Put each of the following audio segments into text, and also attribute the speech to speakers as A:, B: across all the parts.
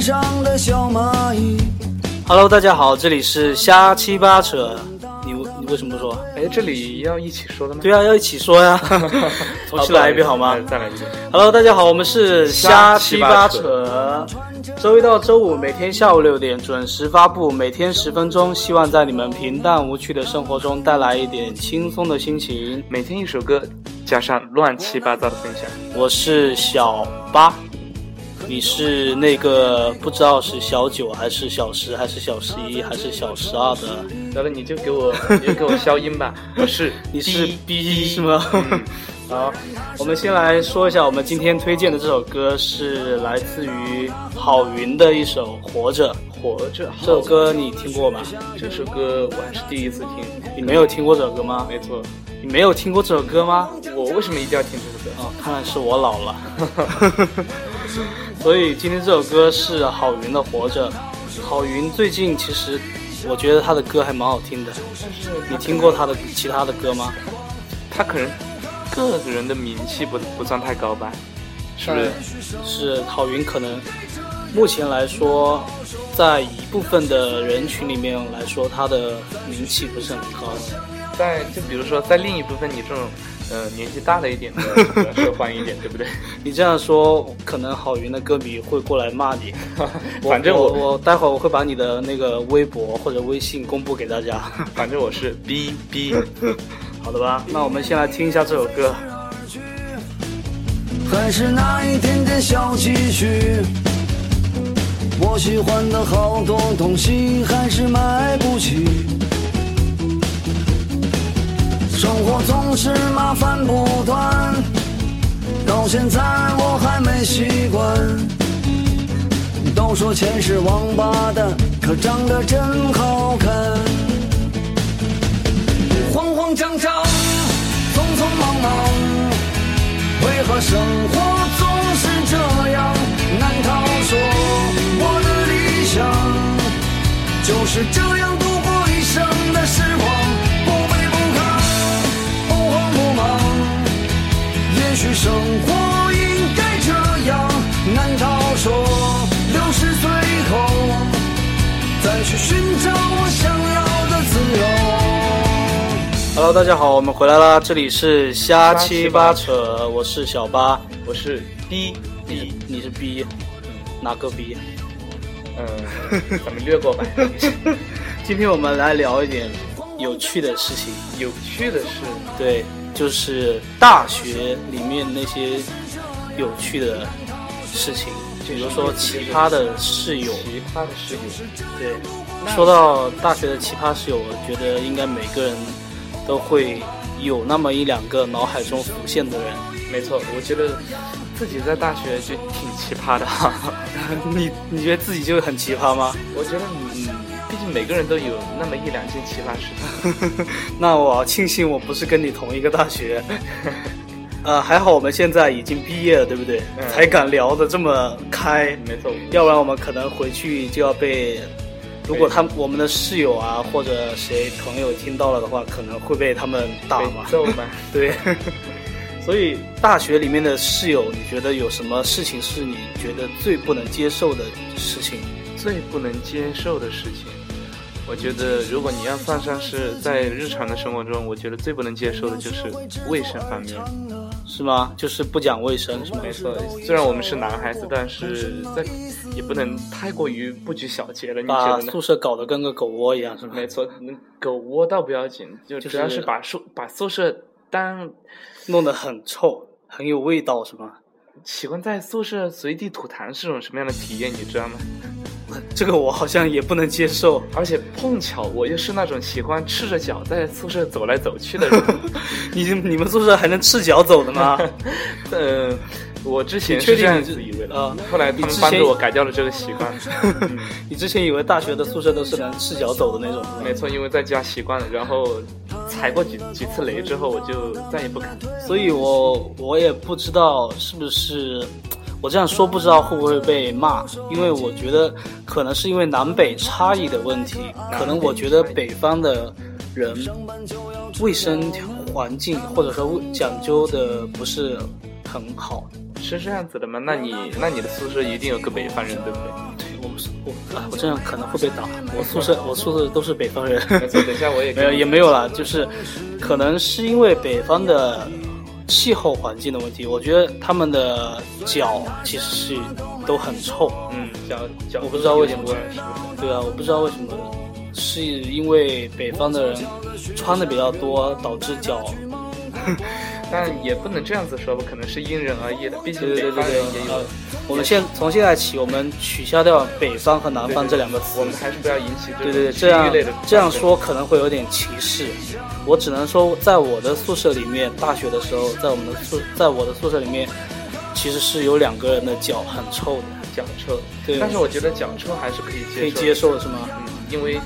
A: 上的小蚂蚁。
B: Hello，大家好，这里是瞎七八扯。你你为什么不说？
C: 哎，这里要一起说的吗？
B: 对啊，要一起说 呀，重新来一遍好吗
C: 哎再来一遍。
B: ？Hello，大家好，我们是瞎
C: 瞎
B: 七
C: 七
B: 八
C: 八
B: 扯。周一到周五每天下午六点准时发布，每天十分钟，希望在你们平淡无趣的生活中带来一点轻松的心情。
C: 每天一首歌，加上乱七八糟的分享。
B: 我是小八，你是那个不知道是小九还是小十还是小十一还是小十二的？
C: 得了，你就给我， 你就给我消音吧。我是
B: 你是
C: D
B: B 是吗？
C: 嗯
B: 好，我们先来说一下，我们今天推荐的这首歌是来自于郝云的一首《活着》。
C: 活着。
B: 这首歌你听过吗？
C: 这首歌我还是第一次听。
B: 你没有听过这首歌吗？
C: 没错，
B: 你没有听过这首歌吗？
C: 我为什么一定要听这首歌？
B: 哦，看来是我老了。 所以今天这首歌是郝云的《活着》。郝云最近其实，我觉得他的歌还蛮好听的。你听过他的其他的歌吗？
C: 他可能个人的名气不不算太高吧？是不是？
B: 嗯是郝云可能目前来说，在一部分的人群里面来说，他的名气不是很高。
C: 在就比如说，在另一部分，你这种呃年纪大了一点的，呃比较受欢迎一点，对不对？
B: 你这样说，可能郝云的歌迷会过来骂 你。
C: 反正
B: 我
C: 我
B: 我待会儿我会把你的那个微博或者微信公布给大家，
C: 反正我是 B B。
B: 好的吧？那我们先来听一下这首歌。
A: 还是那一点点小积蓄。我喜欢的好多东西还是买不起。生活总是麻烦不断，到现在我还没习惯。都说钱是王八蛋，可长得真好看。慌慌张张，匆匆忙忙。为何生活总是这样？难道说我的理想就是这样度过一生的时光？不卑不亢，不慌不忙。也许生活应该这样。难道说六十岁后再去寻找我想要的自由？
B: Hello，大家好，我们回来啦，这里是瞎七
C: 七
B: 八
C: 八
B: 扯，我是小八，
C: 我是 E B
B: 你是
C: B，
B: 你是 B，哪个 B？
C: 嗯，咱们略过吧。
B: 今天我们来聊一点有趣的事情，
C: 有趣的是，
B: 对，就是大学里面那些有趣的事情，比如说奇葩的室友。
C: 奇葩的室友，
B: 对，说到大学的奇葩室友，我觉得应该每个人都会有那么一两个脑海中浮现的人。
C: 没错，我觉得自己在大学就挺奇葩的 哈哈。
B: 你你觉得自己就很奇葩吗？
C: 我觉得你，毕竟每个人都有那么一两件奇葩事情。
B: 那我庆幸我不是跟你同一个大 学。呃，还好我们现在已经毕业了，对不对？
C: 嗯
B: 才敢聊得这么开，
C: 没错，
B: 要不然我们可能回去就要被，如果他们我们的室友啊或者谁朋友听到了的话，可能会被他们打吧
C: 被。揍吗？
B: 对， 所以大学里面的室友，你觉得有什么事情是你觉得最不能接受的事情？
C: 最不能接受的事情，我觉得如果你要算上是在日常的生活中，我觉得最不能接受的就是卫生方面。
B: 是吗？就是不讲卫生，是吗？
C: 没错，虽然我们是男孩子，但是在也不能太过于不拘小节了，你觉
B: 把
C: 得呢
B: 宿？舍搞得跟个狗窝一样，是吗？
C: 没错，嗯狗窝倒不要紧，就
B: 就是
C: 只要是把宿把宿舍当
B: 弄得很臭，很有味道，是吗？
C: 喜欢在宿舍随地吐痰是种什么样的体验，你知道吗？
B: 这个我好像也不能接受。
C: 而且碰巧我又是那种喜欢赤着脚在宿舍走来走去 的人，
B: 你你们宿舍还能赤脚走的吗？
C: 呃，我之前
B: 你确
C: 是
B: 定
C: 这样
B: 你是
C: 子以为的，
B: 啊
C: 后来他
B: 你
C: 们
B: 之前
C: 帮着我改掉了这个习惯。 嗯
B: 你之前以为大学的宿舍都是能赤脚走的那种是吗？
C: 没错，因为在家习惯了，然后踩过几几次雷之后，我就再也不敢。
B: 所以我我也不知道是不是我这样说不知道会不会被骂，因为我觉得可能是因为南北差异的问题，可能我觉得北方的人卫生条环境或者说讲究的不是很好，
C: 是这样子的吗？那你那你的宿舍一定有个北方人，对不对？
B: 我们宿我啊，我这样可能会被打。我宿舍我宿舍都是北方人，
C: 没错，等一下我也
B: 没有也没有啦，就是可能是因为北方的气候环境的问题，我觉得他们的脚其实是都很臭。
C: 嗯，脚脚
B: 我不知道为什么
C: 有点不安是不
B: 对啊，我不知道为什么，是因为北方的人穿的比较多，导致脚
C: 是但也不能这样子说吧，可能是因人而异的，毕竟
B: 对
C: 北
B: 对对
C: 方
B: 对
C: 人
B: 对
C: 也
B: 啊
C: 有。
B: 我们现从现在起，我们取消掉北方和南方这两个词
C: 我。们还是不要引起
B: 对
C: 这
B: 对对，这
C: 种区域
B: 样
C: 类的
B: 这样
C: 战争
B: 说可能会有点歧视。我只能说，在我的宿舍里面，大学的时候，在我们的宿，在我的宿舍里面，其实是有两个人的脚很臭的，
C: 脚臭，
B: 对
C: 但是我觉得脚臭还是可以接受，
B: 可以接，受是吗？
C: 嗯，因为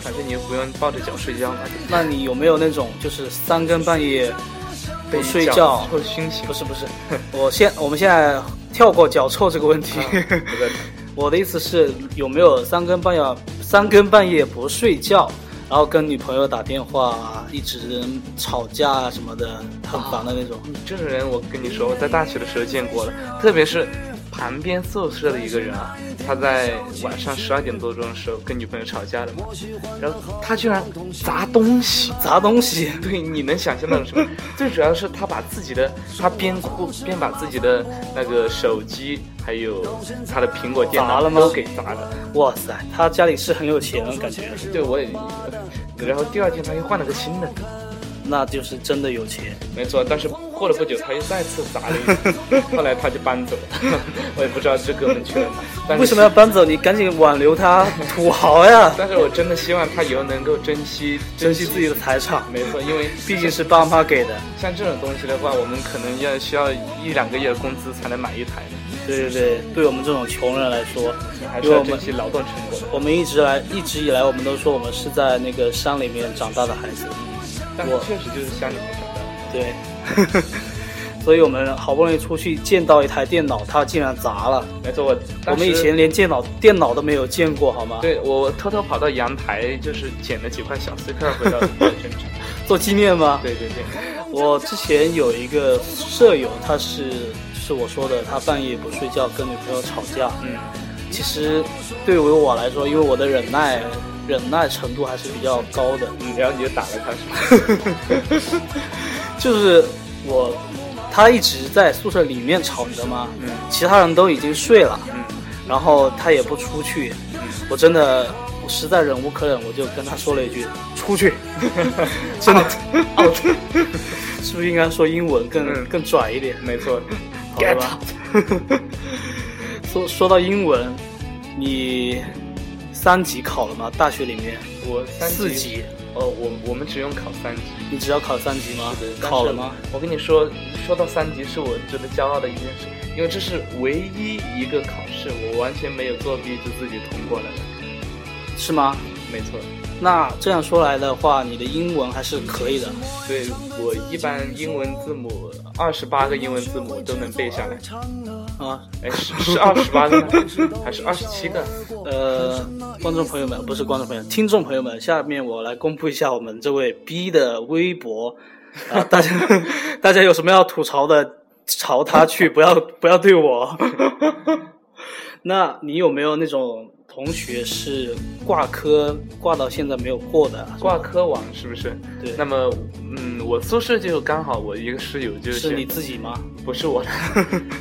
C: 反正你也不用抱着脚睡觉嘛，
B: 那你有没有那种就是三更半夜
C: 被
B: 不睡
C: 脚
B: 觉？
C: 臭熏醒
B: 不，是不是，我现我们现在跳过脚臭这个问题。
C: 啊不嗯对，
B: 我的意思是，有没有三更半夜三更半夜不睡觉，然后跟女朋友打电话，一直吵架啊什么的，很烦的那种。
C: 你这种人，我跟你说，我在大学的时候见过了，特别是旁边宿舍的一个人啊，他在晚上十二点多钟的时候跟女朋友吵架了嘛，然后他居然砸东西。
B: 砸东西，
C: 对，你能想象那种什么？ 最主要是他把自己的，他边哭边把自己的那个手机，还有他的苹果电
B: 砸
C: 脑
B: 了吗
C: 都给砸了。
B: 哇塞，他家里是很有钱，感觉，
C: 对，我也，然后第二天他又换了个新的，
B: 那就是真的有钱。
C: 没错。但是过了不久，他又再次砸了一次，后来他就搬走了。 我也不知道这哥们去了哪，但是
B: 为什么要？搬走？你赶紧挽留他，土豪 呀，
C: 但是我真的希望他以后能够珍惜
B: 珍惜自己的，财产，
C: 没错，因为
B: 毕竟是爸妈给的。
C: 像这种东西的话，我们可能要需要一两个月的工资才能买一台呢，
B: 对对对，对我们这种穷人来说，
C: 还是
B: 因为
C: 要
B: 我们
C: 珍惜劳动成果的。
B: 我们一直来一直以来，我们都说我们是在那个山里面长大的孩子，
C: 但
B: 我
C: 确实就是乡里面长大，
B: 对， 所以我们好不容易出去见到一台电脑，它竟然砸了。
C: 没错，我
B: 我
C: 当
B: 们以
C: 时
B: 前连电脑电脑都没有见过，好吗？，
C: 对我偷偷跑到阳台，就是捡了几块小碎片回到自己的 身上。
B: 做纪念吗？
C: 对对对。
B: 我之前有一个舍友，他是就是我说的，他半夜不睡觉，跟女朋友吵架。
C: 嗯，
B: 其实对于我来说，因为我的忍耐忍耐程度还是比较高的，
C: 嗯，然后你就打了他是吧？
B: 就是我他一直在宿舍里面吵，你知道吗？
C: 嗯
B: 其他人都已经睡了，
C: 嗯，
B: 然后他也不出去，我真的我实在忍无可忍，我就跟他说了一句：“出去。”真的 out，是不是应该说英文更、
C: 嗯
B: 更拽一点？
C: 没错。
B: 好了吧。说说到英文，你三级考了吗？大学里面
C: 我三
B: 四级，
C: 哦，我我们只用考三级。
B: 你只要考三级吗
C: 对？但
B: 啊考
C: 是
B: 了吗？
C: 我跟你说，说到三级是我觉得骄傲的一件事，因为这是唯一一个考试我完全没有作弊就自己通过了的。
B: 是吗？
C: 没错，
B: 那这样说来的话，你的英文还是可以的。
C: 对我一般英文字母二十八个英文字母都能背 下来。
B: 啊，
C: 哎，是是二十八个吗 还是二十七个？
B: 呃，观众朋友们，不是观众朋友，听众朋友们，下面我来公布一下我们这位 B 的微博啊、 大家大家有什么要吐槽的，朝他 去，不要不要对我。 那你有没有那种同学是挂科挂到现在没有过的？
C: 挂科网是不是？
B: 对
C: 那么，嗯，我宿舍就刚好我一个室友就是
B: 是你自己吗？
C: 不是 我的，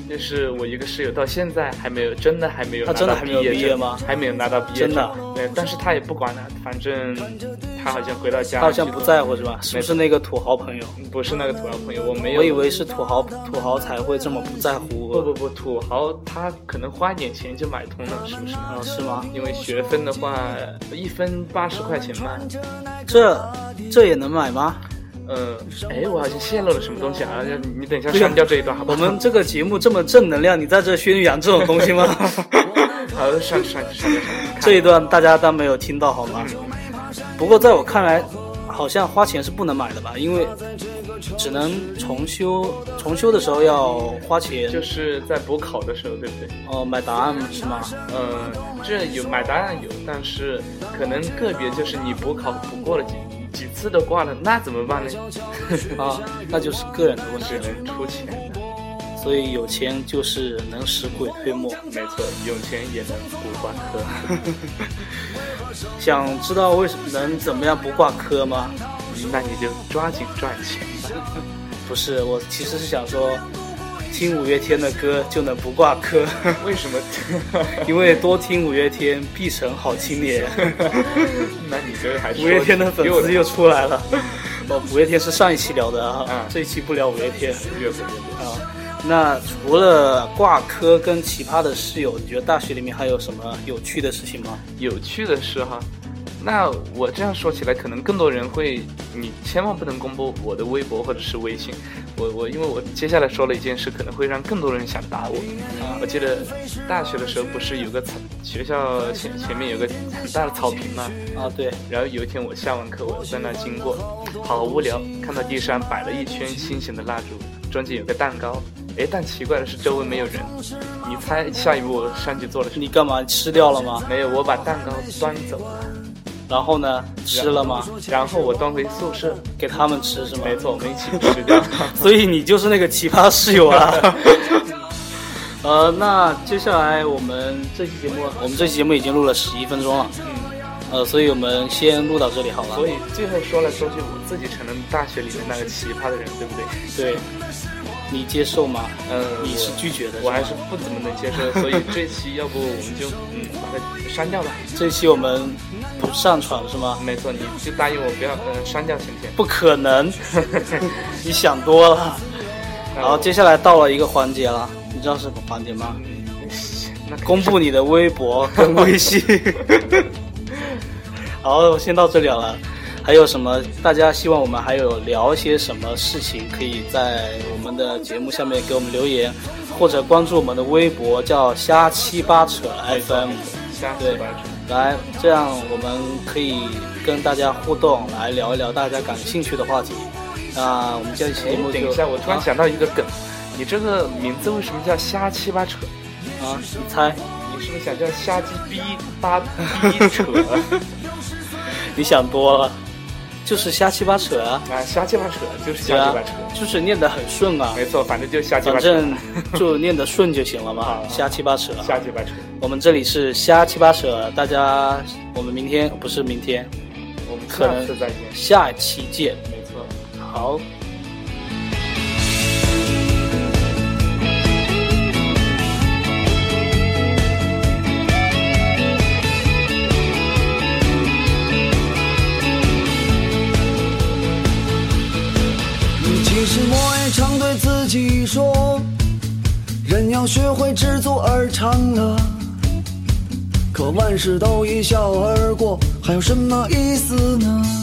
C: 就是我一个室友到现在还没有，真的还没有
B: 他
C: 拿
B: 真的
C: 到
B: 还
C: 毕
B: 没有毕业
C: 证
B: 吗
C: 还没有拿到毕业证，
B: 真的啊
C: 对，但是他也不管了，反正他好像回到家，
B: 他好像不，在乎是吧？是不是那个土豪朋友？
C: 不是那个土豪朋友，我没有，
B: 我以为是土豪土豪才会这么不在乎
C: 不 不不，土豪他可能花一点钱就买通了，是不是？
B: 啊，是吗？
C: 因为学分的话，一分八十块钱嘛，
B: 这这也能买吗？
C: 呃，哎，我好像泄露了什么东西啊？你你等一下
B: 对啊
C: 删掉这一段好不
B: 我
C: 好？
B: 们这个节目这么正能量，你在这宣扬这种东西吗？
C: 好删删删掉删掉。
B: 这一段大家当没有听到好吗？不过在我看来，好像花钱是不能买的吧，因为只能重修，重修的时候要花钱
C: 就是在补考的时候，对不对？
B: 哦，买答案是吗？
C: 嗯，这有买答案有，但是可能个别就是你补考补过了几几次都挂了，那怎么办呢？
B: 啊，那就是个人的问题
C: 只能出钱。
B: 所以有钱就是能使鬼推磨。
C: 没错，有钱也能不挂科。
B: 想知道为什么能怎么样不挂科吗？
C: 那你就抓紧赚钱吧。
B: 不是，我其实是想说，听五月天的歌就能不挂科，
C: 为什么？
B: 因为多听五月天必成好青 年。
C: 那你这还 是
B: 五月天的粉丝又出来了。哦，五月天是上一期聊的啊，
C: 嗯
B: 这一期不聊五月天
C: 越滚越
B: 啊。那除了挂科跟奇葩的室友，你觉得大学里面还有什么有趣的事情吗？
C: 有趣的是哈，那我这样说起来，可能更多人会，你千万不能公布我的微博或者是微信。我我因为我接下来说了一件事，可能会让更多人想打我。啊，我记得大学的时候不是有个草学校前前面有个很大的草坪吗？
B: 啊，对，
C: 然后有一天我下完课，我在那经过，好无聊，看到地上摆了一圈心形的蜡烛，中间有个蛋糕。哎，但奇怪的是周围没有人。你猜下一步我上去做了什么？
B: 你干嘛吃掉了吗？
C: 没有，我把蛋糕端走了。
B: 然后呢，吃了吗？
C: 然后我端回宿舍，
B: 给他们吃是吗？
C: 没错，我们一起吃掉。
B: 所以你就是那个奇葩室友 啊。呃，那接下来我们这期节目，我们这期节目已经录了十一分钟了，
C: 嗯，
B: 呃，所以我们先录到这里好了。
C: 所以最后说来说去，我自己成了大学里面那个奇葩的人，对不对？
B: 对，你接受吗？
C: 呃
B: 你是拒绝的
C: 我
B: 吧
C: 还是不怎么能接受，所以 这期要不我们就嗯把它删掉吧。
B: 这期我们不上传是吗？
C: 没错，你就答应我不要呃删掉晴天。
B: 不可能， 你想多了。
C: 哎
B: 然后接下来到了一个环节了，你知道是什么环节吗？
C: 嗯那
B: 公布你的微 博跟微信。 好，先到这里好了。还有什么？大家希望我们还有聊些什么事情，可以在我们的节目下面给我们留言，或者关注我们的微博，叫“瞎七八扯 FM”。
C: 下次
B: 对
C: 吧。，
B: 来，这样我们可以跟大家互动，来聊一聊大家感兴趣的话题。那我们这一期节目就
C: 哎等一下，我突然
B: 啊
C: 想到一个梗，你这个名字为什么叫瞎七八扯？
B: 啊，你猜，
C: 你是不是想叫瞎鸡逼八逼扯？
B: 你想多了，就是瞎七八扯啊。
C: 啊，瞎鸡巴扯就是
B: 对
C: 瞎
B: 啊
C: 鸡 巴扯，，
B: 就是念得很顺啊，
C: 没错，反正就是瞎鸡巴
B: 反
C: 扯，
B: 正就念得顺就行了嘛
C: 好，
B: 瞎七八扯啊。
C: 瞎鸡巴扯。
B: 我们这里是瞎七八扯，大家，我们明天不是明天，
C: 我们
B: 可
C: 下
B: 能
C: 次再见，
B: 下一期见。
C: 没错。
B: 好。
A: 其实我也常对自己说，人要学会知足而常啊乐。可万事都一笑而过，还有什么意思呢？